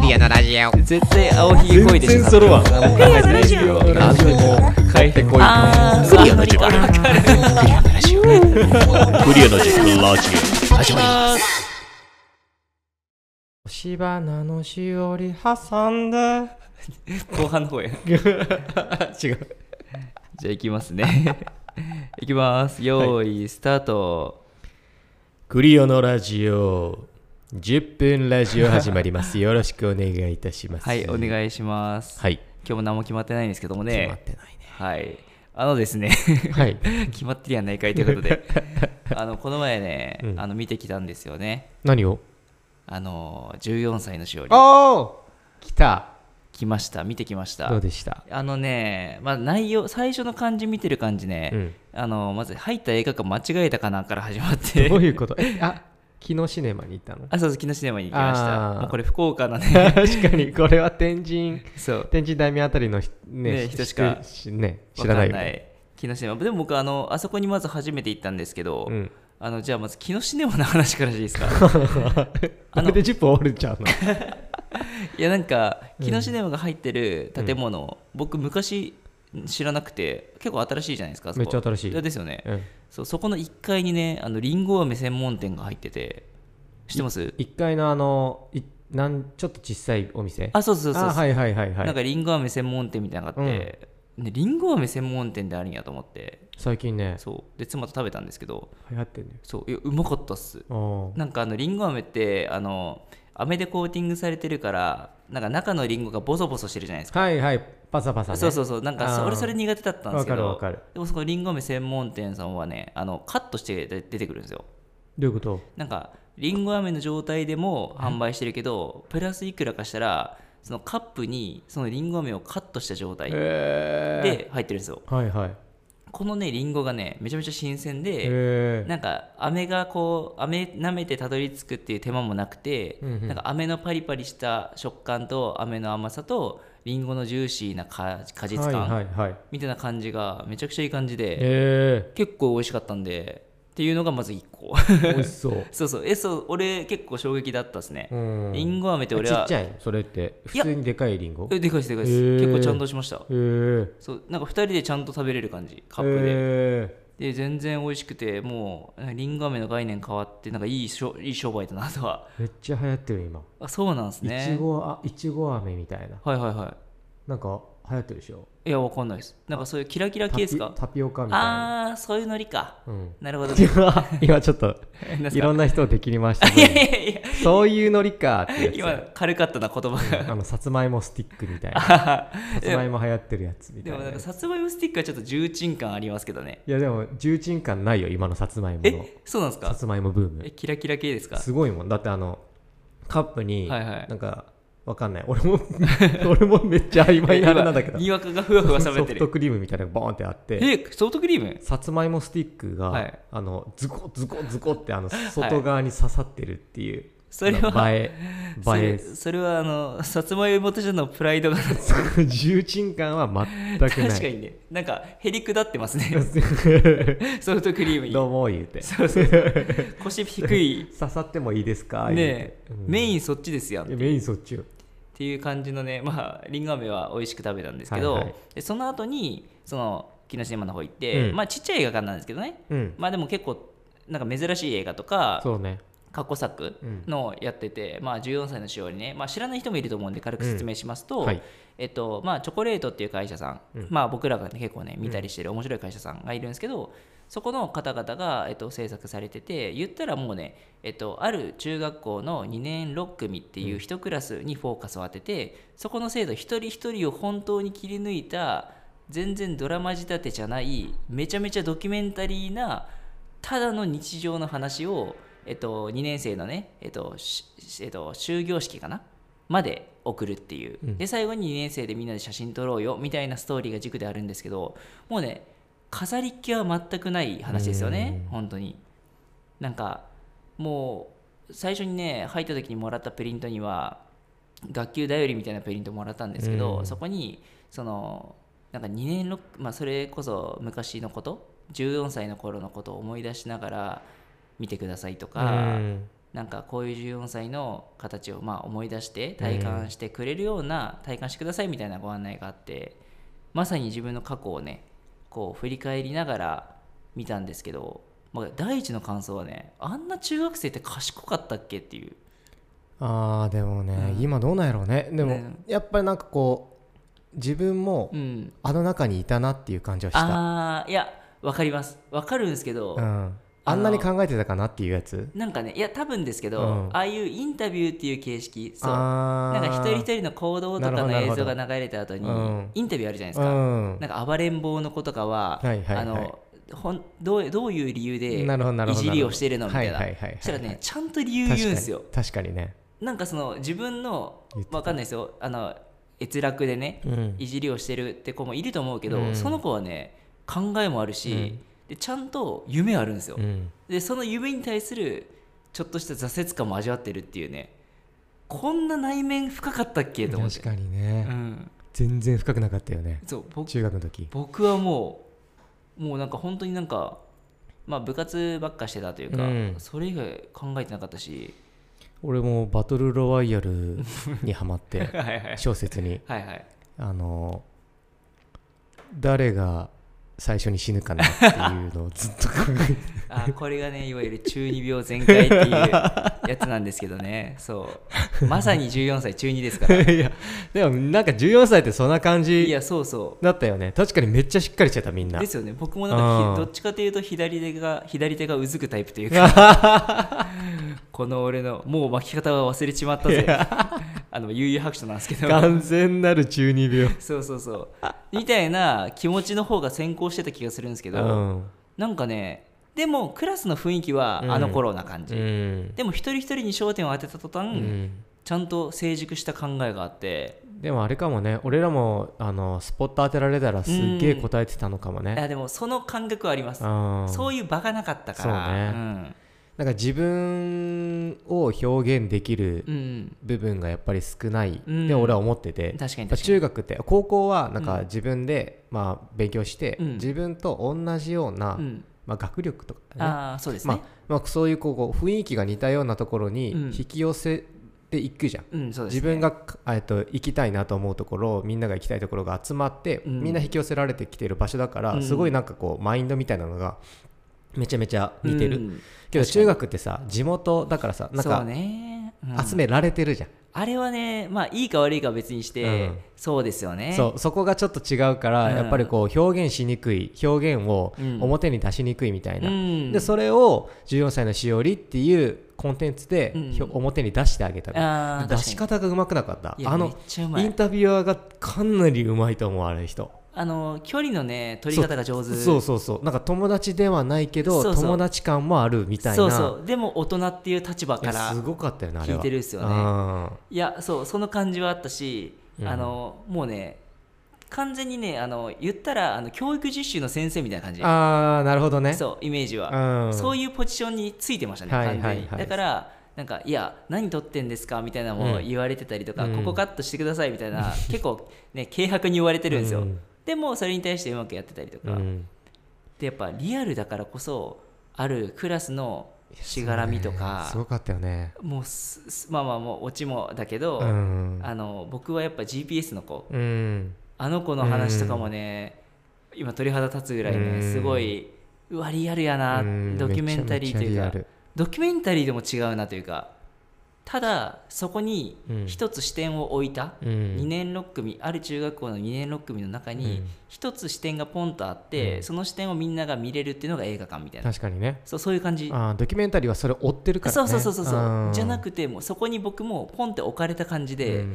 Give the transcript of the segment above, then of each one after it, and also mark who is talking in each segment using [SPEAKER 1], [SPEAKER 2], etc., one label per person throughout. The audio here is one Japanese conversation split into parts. [SPEAKER 1] リアのラジオ
[SPEAKER 2] 絶対青ひげこいでしょ
[SPEAKER 3] 全然揃わん
[SPEAKER 2] あもう考えてないですけど
[SPEAKER 3] ラジオ
[SPEAKER 2] 書いてこい
[SPEAKER 4] あー
[SPEAKER 1] クリアの時間
[SPEAKER 4] わかる
[SPEAKER 3] クリアの時間ラジ
[SPEAKER 5] 星花のし おり挟んで
[SPEAKER 2] 後半の方や違うじゃあいきますね いきますよーいスタート
[SPEAKER 5] オクリオのラジオ10分ラジオ始まりま すよろしくお願いいたします
[SPEAKER 2] はいお願いします
[SPEAKER 5] はい
[SPEAKER 2] 今日も何も決まってないんですけども
[SPEAKER 5] 決まっ
[SPEAKER 2] ね
[SPEAKER 5] てないね
[SPEAKER 2] はいあのですね
[SPEAKER 5] はい
[SPEAKER 2] 決まってるやないかいということ であのこの前ね
[SPEAKER 5] うん
[SPEAKER 2] あの見てきたんですよね
[SPEAKER 5] 何を
[SPEAKER 2] あの14歳のしおり
[SPEAKER 5] おお来た
[SPEAKER 2] 来ました見てきまし
[SPEAKER 5] ど
[SPEAKER 2] た
[SPEAKER 5] うでした
[SPEAKER 2] あのね、まあ、内容最初の感じ見てる感じね、
[SPEAKER 5] うん
[SPEAKER 2] あのまず入った映画館間違えたかなから始まって
[SPEAKER 5] どういうことえあ昨日シネマに行っ たの
[SPEAKER 2] あそうそう昨日シネマに行きました
[SPEAKER 5] あー
[SPEAKER 2] もうこれ福岡のね
[SPEAKER 5] 確かにこれは天神
[SPEAKER 2] そう
[SPEAKER 5] 天神大名あたりのひね
[SPEAKER 2] ね
[SPEAKER 5] し
[SPEAKER 2] 人しか
[SPEAKER 5] しね知らないよ
[SPEAKER 2] わかん
[SPEAKER 5] ね
[SPEAKER 2] 昨日シネマでも僕あのあそこにまず初めて行ったんですけど、
[SPEAKER 5] うん
[SPEAKER 2] あのじゃあまず昨日シネマの話からしていいですか
[SPEAKER 5] これで10分折れちゃうの
[SPEAKER 2] いやなんか昨日シネマが入ってる建物、僕昔知らなくて結構新しいじゃないですかあそこ
[SPEAKER 5] めっちゃ新しい
[SPEAKER 2] やですよね、
[SPEAKER 5] うん
[SPEAKER 2] そうそこの1階にねあのリンゴ飴専門店が入ってて知ってます
[SPEAKER 5] 一階のあのいなんちょっと小さいお店
[SPEAKER 2] あそうそうそうそう
[SPEAKER 5] あはいはいはいはい
[SPEAKER 2] なんかりんご飴専門店みたいなのがあって、ねりんご飴専門店であるんやと思って
[SPEAKER 5] 最近ね
[SPEAKER 2] そうで妻と食べたんですけど
[SPEAKER 5] 流行ってんね
[SPEAKER 2] そういやうまかったっす
[SPEAKER 5] あ
[SPEAKER 2] なんかあのりんご飴ってあの飴でコーティングされてるからなんか中のりんごがボソボソしてるじゃないですか
[SPEAKER 5] あはいはいパサパサ、ね、
[SPEAKER 2] そうそうそうなんか
[SPEAKER 5] あ
[SPEAKER 2] そ
[SPEAKER 5] ー
[SPEAKER 2] 俺それ苦手だったんですけど
[SPEAKER 5] わかるわかる
[SPEAKER 2] でもそのりんご飴専門店さんはねあのカットして出てくるんですよ
[SPEAKER 5] どういうこと
[SPEAKER 2] なんかりんご飴の状態でも販売してるけど、プラスいくらかしたらそのカップにそのりんご飴をカットした状態で入ってるんですよ、
[SPEAKER 5] はいはい
[SPEAKER 2] このねりんごがねめちゃめちゃ新鮮で、
[SPEAKER 5] へえ
[SPEAKER 2] なんか飴がこう飴舐めてたどり着くっていう手間もなくて、
[SPEAKER 5] うんうん
[SPEAKER 2] なんか飴のパリパリした食感と飴の甘さとりんごのジューシーなか果実
[SPEAKER 5] はい
[SPEAKER 2] 感、
[SPEAKER 5] はいはい
[SPEAKER 2] みたいな感じがめちゃくちゃいい感じで、
[SPEAKER 5] へ
[SPEAKER 2] 結構美味しかったんでっていうのがまず1個
[SPEAKER 5] え美味しそう
[SPEAKER 2] そうそうえそう俺結構衝撃だったですね、
[SPEAKER 5] うん
[SPEAKER 2] りんご飴って俺
[SPEAKER 5] ちっ
[SPEAKER 2] は
[SPEAKER 5] ちゃいのそれって普通にでかいリンゴへ
[SPEAKER 2] えでかいですでかいです、
[SPEAKER 5] へー
[SPEAKER 2] 結構ちゃんとしました
[SPEAKER 5] え
[SPEAKER 2] そうなんか2人でちゃんと食べれる感じカップで、
[SPEAKER 5] へえ
[SPEAKER 2] で全然美味しくてもうりんご飴の概念変わってなんかいいしょいい商売だなとは
[SPEAKER 5] めっちゃ流行ってる今
[SPEAKER 2] あそうなんです
[SPEAKER 5] いち
[SPEAKER 2] ね
[SPEAKER 5] ごあいちご飴みたいな
[SPEAKER 2] はいはいは
[SPEAKER 5] なんか流行ってるでしょ
[SPEAKER 2] いいやわかんないですなんかそういうキラキラ
[SPEAKER 5] タ
[SPEAKER 2] 系で
[SPEAKER 5] ピ
[SPEAKER 2] すか
[SPEAKER 5] タピオカみたいな
[SPEAKER 2] あーそういうノリか
[SPEAKER 5] うん
[SPEAKER 2] なるほど
[SPEAKER 5] 今ちょっと
[SPEAKER 2] 何す
[SPEAKER 5] い
[SPEAKER 2] か
[SPEAKER 5] ろんな人を敵に回して
[SPEAKER 2] い
[SPEAKER 5] く
[SPEAKER 2] や
[SPEAKER 5] る
[SPEAKER 2] いやいや
[SPEAKER 5] そういうノリかってやつ
[SPEAKER 2] 今軽かったな言葉が
[SPEAKER 5] あのさつまいもスティックみたいなさつまいも流行ってるやつみた
[SPEAKER 2] で
[SPEAKER 5] い
[SPEAKER 2] もな
[SPEAKER 5] なん
[SPEAKER 2] かさつまいもスティックはちょっと重鎮感ありますけどね
[SPEAKER 5] いやでも重鎮感ないよ今のさつまいもの
[SPEAKER 2] えそうなんです
[SPEAKER 5] さ
[SPEAKER 2] か
[SPEAKER 5] つまいもブー
[SPEAKER 2] え
[SPEAKER 5] ム
[SPEAKER 2] キラキラ系ですか
[SPEAKER 5] すごいもんだってあのカップに
[SPEAKER 2] はいはい
[SPEAKER 5] なんかわかんない俺も俺もめっちゃ曖昧なあれなんだけ ど
[SPEAKER 2] 今にわかがふわふわ喋
[SPEAKER 5] ソ
[SPEAKER 2] って
[SPEAKER 5] フト
[SPEAKER 2] る
[SPEAKER 5] クリームみたいなのがボーンってあって
[SPEAKER 2] えソフトクリーム
[SPEAKER 5] さつまいもスティック
[SPEAKER 2] は
[SPEAKER 5] が
[SPEAKER 2] い
[SPEAKER 5] あのズコズコズコってあの外側に刺さってるっていう
[SPEAKER 2] それは
[SPEAKER 5] あの映
[SPEAKER 2] そ
[SPEAKER 5] え映
[SPEAKER 2] れ
[SPEAKER 5] え
[SPEAKER 2] それはあのさつまいもとしてのプライドが
[SPEAKER 5] その重鎮感は全くない
[SPEAKER 2] 確かにねなんかへりくだって ますねソフトクリーム
[SPEAKER 5] ど
[SPEAKER 2] に
[SPEAKER 5] うも言うて
[SPEAKER 2] そうそうそう腰低い
[SPEAKER 5] 刺さってもいいですか
[SPEAKER 2] ねえ、
[SPEAKER 5] 言うて
[SPEAKER 2] メインそっちですやん
[SPEAKER 5] うんいやメインそっちよ
[SPEAKER 2] っていう感じのねまありんご飴は美味しく食べたんですけど、
[SPEAKER 5] はいはい
[SPEAKER 2] でその後にその木下山の方行って、
[SPEAKER 5] うん
[SPEAKER 2] まあちっちゃい映画館なんですけどね
[SPEAKER 5] うん
[SPEAKER 2] まあでも結構なんか珍しい映画とか
[SPEAKER 5] そうね
[SPEAKER 2] 過去作のやってて、まあ、14歳のしおりね、まあ、知らない人もいると思うんで軽く説明しますと、
[SPEAKER 5] うんはい
[SPEAKER 2] えっとまあ、チョコレートっていう会社さん、まあ、僕らが、ね、結構ね見たりしてる面白い会社さんがいるんですけど、そこの方々が、えっと、制作されてて言ったらもうね、えっと、ある中学校の2年6組っていう1クラスにフォーカスを当てて、そこの生徒一人一人を本当に切り抜いた全然ドラマ仕立てじゃないめちゃめちゃドキュメンタリーなただの日常の話を、えっと、2年生のね、えっとししえっと、終業式かなまで送るっていう、で最後に2年生でみんなで写真撮ろうよみたいなストーリーが軸であるんですけどもうね飾り気は全くない話ですよね本当になんかもう最初にね入った時にもらったプリントには学級だよりみたいなプリントもらったんですけど、
[SPEAKER 5] うん
[SPEAKER 2] そこにそのなんか2年6、まあ、それこそ昔のこと14歳の頃のことを思い出しながら見てくださいとか、
[SPEAKER 5] うん
[SPEAKER 2] なんかこういう14歳の形をまあ思い出して体感してくれるような、体感してくださいみたいなご案内があってまさに自分の過去をねこう振り返りながら見たんですけど、まあ、第一の感想はねあんな中学生って賢かったっけっていう
[SPEAKER 5] あーでもね、今どうなんやろうねでも、
[SPEAKER 2] ね
[SPEAKER 5] やっぱりなんかこう自分も
[SPEAKER 2] うん
[SPEAKER 5] あの中にいたなっていう感じはした
[SPEAKER 2] ああいやわかりますわかるんですけど、
[SPEAKER 5] うん、あんなに考えてたかなっていうやつ
[SPEAKER 2] なんかねいや多分ですけど、
[SPEAKER 5] うん
[SPEAKER 2] ああいうインタビューっていう形式そう
[SPEAKER 5] あ
[SPEAKER 2] なんか一人一
[SPEAKER 5] 人
[SPEAKER 2] 人の行動とかの
[SPEAKER 5] なる
[SPEAKER 2] 映
[SPEAKER 5] ほど
[SPEAKER 2] 像が流れた後に、
[SPEAKER 5] うん
[SPEAKER 2] インタビューあるじゃないです
[SPEAKER 5] う
[SPEAKER 2] か、
[SPEAKER 5] ん
[SPEAKER 2] なんか暴れん坊の子とかは,、
[SPEAKER 5] はいはいはい
[SPEAKER 2] あのほんどうどういう理由で
[SPEAKER 5] なるほどなる
[SPEAKER 2] い
[SPEAKER 5] ほど
[SPEAKER 2] じりをしてるのみ
[SPEAKER 5] は
[SPEAKER 2] た
[SPEAKER 5] い
[SPEAKER 2] い
[SPEAKER 5] はい
[SPEAKER 2] な
[SPEAKER 5] はいはい
[SPEAKER 2] そしたらねちゃんと理由
[SPEAKER 5] 確か
[SPEAKER 2] 言
[SPEAKER 5] に
[SPEAKER 2] うんですよ
[SPEAKER 5] 確かにね
[SPEAKER 2] なんかその自分の
[SPEAKER 5] 言ってた
[SPEAKER 2] わかんないですよあの閲楽でね
[SPEAKER 5] うん
[SPEAKER 2] いじりをしてるって子もいると思うけど、
[SPEAKER 5] うん
[SPEAKER 2] その子はね考えもあるし、
[SPEAKER 5] うん
[SPEAKER 2] でちゃんと夢あるんですよ、
[SPEAKER 5] うん
[SPEAKER 2] でその夢に対するちょっとした挫折感も味わってるっていうねこんな内面深かったっけと思って
[SPEAKER 5] 確かにね、
[SPEAKER 2] うん、
[SPEAKER 5] 全然深くなかったよね
[SPEAKER 2] そう僕
[SPEAKER 5] 中学の時
[SPEAKER 2] 僕はもうもうなんか本当になんかまあ部活ばっかしてたというか、
[SPEAKER 5] うん
[SPEAKER 2] それ以外考えてなかったし
[SPEAKER 5] 俺もバトルロワイヤルにハマっ
[SPEAKER 2] は
[SPEAKER 5] て
[SPEAKER 2] いはい
[SPEAKER 5] 小説に
[SPEAKER 2] はいはい
[SPEAKER 5] あの誰が最初に死ぬかなっていうのをずっと考えて
[SPEAKER 2] あこれがねいわゆる中二病全開っていうやつなんですけどねそうまさに14歳中二ですから
[SPEAKER 5] いやでもなんか14歳ってそんな感
[SPEAKER 2] い
[SPEAKER 5] じ
[SPEAKER 2] やそうそ
[SPEAKER 5] だったよね確かにめっちゃしっかりしてたみん
[SPEAKER 2] う
[SPEAKER 5] な
[SPEAKER 2] ですよね僕もなんか
[SPEAKER 5] うん
[SPEAKER 2] ひどっちかというと左手が左手がうずくタイプというか この俺のもう巻き方は忘れちまったぜ あの悠々白書なんですけど
[SPEAKER 5] 完全なる中二病
[SPEAKER 2] そうそうそうみたいな気持ちの方が先行してた気がするんですけど、
[SPEAKER 5] うん
[SPEAKER 2] なんかねでもクラスの雰囲気は
[SPEAKER 5] うん
[SPEAKER 2] あの頃な感じ、
[SPEAKER 5] うん
[SPEAKER 2] でも一人一人に焦点を当てた途
[SPEAKER 5] う
[SPEAKER 2] 端、
[SPEAKER 5] ん
[SPEAKER 2] ちゃんと成熟した考えがあって、
[SPEAKER 5] でもあれかもね俺らもあのスポット当てられたらすっげえ答えてたのかも
[SPEAKER 2] い
[SPEAKER 5] ね
[SPEAKER 2] やでもその感覚はあります、
[SPEAKER 5] うん
[SPEAKER 2] そういう場がなかったから
[SPEAKER 5] そうなんか自分を表現できる
[SPEAKER 2] うん、うん
[SPEAKER 5] 部分がやっぱり少ない
[SPEAKER 2] うん
[SPEAKER 5] で俺は思ってて、
[SPEAKER 2] 確かに確
[SPEAKER 5] やっぱ
[SPEAKER 2] かに
[SPEAKER 5] 中学って高校はなん
[SPEAKER 2] う
[SPEAKER 5] か自分でまあ勉強して、
[SPEAKER 2] うん
[SPEAKER 5] 自分と同じような、
[SPEAKER 2] うん、
[SPEAKER 5] まあ、学力とか、ね
[SPEAKER 2] ああそうですね、
[SPEAKER 5] まあまあ、そういうこうこう雰囲気が似たようなところに
[SPEAKER 2] うん
[SPEAKER 5] 引き寄せていくじゃん、
[SPEAKER 2] うんそうですね
[SPEAKER 5] 自分がかえっと行きたいなと思うところみんなが行きたいところが集まって、
[SPEAKER 2] うん
[SPEAKER 5] みんな引き寄せられてきてる場所だから、
[SPEAKER 2] うん
[SPEAKER 5] すごいなんかこうマインドみたいなのがめちゃめちゃ似てる、
[SPEAKER 2] うん
[SPEAKER 5] けど中学ってさ地元だからさなん
[SPEAKER 2] そう
[SPEAKER 5] か
[SPEAKER 2] ね、うん
[SPEAKER 5] 集められてるじゃん
[SPEAKER 2] あれはねまあいいか悪いかは別にして、
[SPEAKER 5] うん
[SPEAKER 2] そうですよね
[SPEAKER 5] そうそこがちょっと違うから、
[SPEAKER 2] うん
[SPEAKER 5] やっぱりこう表現しにくい表現を
[SPEAKER 2] うん
[SPEAKER 5] 表に出しにくいみたいな、
[SPEAKER 2] うん
[SPEAKER 5] でそれを14歳のしおりっていうコンテンツで、
[SPEAKER 2] うん
[SPEAKER 5] ひょ表に出してあげたの
[SPEAKER 2] あー
[SPEAKER 5] 出し方がうまくなかった
[SPEAKER 2] いや
[SPEAKER 5] あ
[SPEAKER 2] めっ
[SPEAKER 5] の
[SPEAKER 2] ちゃうま
[SPEAKER 5] イン
[SPEAKER 2] い
[SPEAKER 5] タビュアーがかなりうまいと思うあれ人
[SPEAKER 2] あの距離のね取り方が上手
[SPEAKER 5] そうそうそうなんか友達ではないけど
[SPEAKER 2] そうそう
[SPEAKER 5] 友達感もあるみたいな
[SPEAKER 2] そうそうでも大人っていう立場
[SPEAKER 5] い
[SPEAKER 2] か
[SPEAKER 5] や
[SPEAKER 2] ら
[SPEAKER 5] すごかったよねあれは
[SPEAKER 2] 聞いてるっすよね
[SPEAKER 5] ね
[SPEAKER 2] いやそうその感じはあったし、
[SPEAKER 5] うん
[SPEAKER 2] あのもうね完全にねあの言ったらあの教育実習の先生みたいな感じ
[SPEAKER 5] ああなるほどね
[SPEAKER 2] そうイメージは、
[SPEAKER 5] うん
[SPEAKER 2] そういうポジションについてましたね、
[SPEAKER 5] はいはい
[SPEAKER 2] 完全に
[SPEAKER 5] はい
[SPEAKER 2] だからなんかいや何撮ってんですかみたいなのも
[SPEAKER 5] うん
[SPEAKER 2] 言われてたりとか、
[SPEAKER 5] うん
[SPEAKER 2] ここカットしてくださいみたい な結構ね軽薄に言われてるんですよ、
[SPEAKER 5] うん
[SPEAKER 2] でもそれに対してうまくやってたりとか、
[SPEAKER 5] うん
[SPEAKER 2] でやっぱリアルだからこそあるクラスのしがらみとか
[SPEAKER 5] すごかったよね
[SPEAKER 2] もうすすまあまあもうオチもだけど、
[SPEAKER 5] うん
[SPEAKER 2] あの僕はやっぱ GPS の子
[SPEAKER 5] うん
[SPEAKER 2] あの子の話とかもね、今鳥肌立つぐらいね、
[SPEAKER 5] うん
[SPEAKER 2] すごいうわリアルやな、
[SPEAKER 5] うん
[SPEAKER 2] ドキュメンタリーという
[SPEAKER 5] め
[SPEAKER 2] か
[SPEAKER 5] ちゃめち
[SPEAKER 2] ドキュメンタリーでも違うなというかただそこに
[SPEAKER 5] うん
[SPEAKER 2] 一つ視点を置いた、
[SPEAKER 5] ゃリアルうん
[SPEAKER 2] 2年6組ある中学校の2年6組の中
[SPEAKER 5] う
[SPEAKER 2] に
[SPEAKER 5] ん
[SPEAKER 2] 一つ視点がポンとあって、
[SPEAKER 5] うん
[SPEAKER 2] その視点をみんなが見れるっていうのが映画館みたいな
[SPEAKER 5] 確かにね
[SPEAKER 2] そうそういう感じ
[SPEAKER 5] あードキュメンタリーはそれ追ってるからね
[SPEAKER 2] そうそうそうそうそうじゃな
[SPEAKER 5] て
[SPEAKER 2] くてもうそこに僕もポンって置かれた感じで、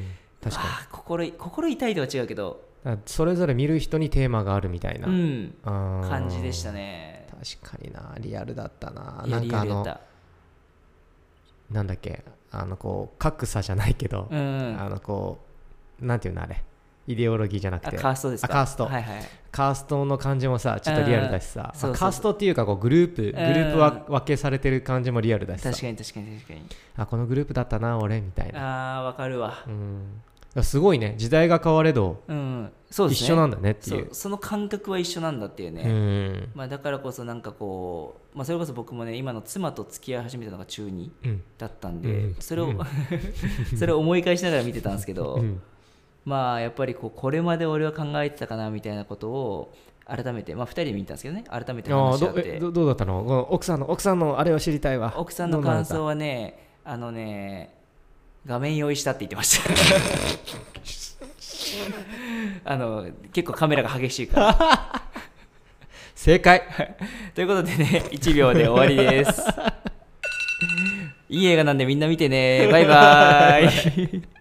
[SPEAKER 5] 確かに
[SPEAKER 2] あー心い心痛いとは違うけど、
[SPEAKER 5] だからそれぞれ見る人にテーマがあるみたいな、
[SPEAKER 2] うん、
[SPEAKER 5] あー
[SPEAKER 2] 感じでしたね。
[SPEAKER 5] 確かになリアルだったない
[SPEAKER 2] や
[SPEAKER 5] なんかあ
[SPEAKER 2] リアル
[SPEAKER 5] の
[SPEAKER 2] だっ
[SPEAKER 5] なんだっけあのこう格差じゃないけど
[SPEAKER 2] た、う、ん、
[SPEAKER 5] あのこうなんていうのあれイデオロギーじゃなく
[SPEAKER 2] あ
[SPEAKER 5] て
[SPEAKER 2] カーストですか
[SPEAKER 5] あカースト
[SPEAKER 2] はいはい
[SPEAKER 5] カーストの感じもさちょっとリアルだしさ
[SPEAKER 2] うんそうそうそう
[SPEAKER 5] カーストっていうかこうグループグループわ分けされてる感じもリアルだしさ
[SPEAKER 2] 確かに確かに確かに
[SPEAKER 5] あこのグループだったな俺みたいな
[SPEAKER 2] あーわかるわ
[SPEAKER 5] うんらすごいね時代が変われど
[SPEAKER 2] うん、そうです
[SPEAKER 5] 一
[SPEAKER 2] ね
[SPEAKER 5] 緒なんだねって
[SPEAKER 2] そ
[SPEAKER 5] いう
[SPEAKER 2] うその感覚は一緒なんだっていうね、
[SPEAKER 5] うん
[SPEAKER 2] まあ、だからこそなんかこう、まあ、それこそ僕もね今の妻と付き合い始めたのが中2
[SPEAKER 5] うん
[SPEAKER 2] だったんで、
[SPEAKER 5] うん
[SPEAKER 2] それを それを思い返しながら見てたんですけど、
[SPEAKER 5] うん
[SPEAKER 2] まあやっぱりこうこれまで俺は考えてたかなみたいなことを改めて、まあ、2人で見たんですけどね改めて
[SPEAKER 5] あ
[SPEAKER 2] 話
[SPEAKER 5] あ
[SPEAKER 2] し合っ
[SPEAKER 5] ど
[SPEAKER 2] て
[SPEAKER 5] えどどうだったのこの奥さんの奥さんのあれを知りたいわ
[SPEAKER 2] 奥さんの感想はねあのね画面用意したって言ってました あの結構カメラが激しいから
[SPEAKER 5] 正解
[SPEAKER 2] ということでね1秒で終わりですいい映画なんでみんな見てねバイバーイ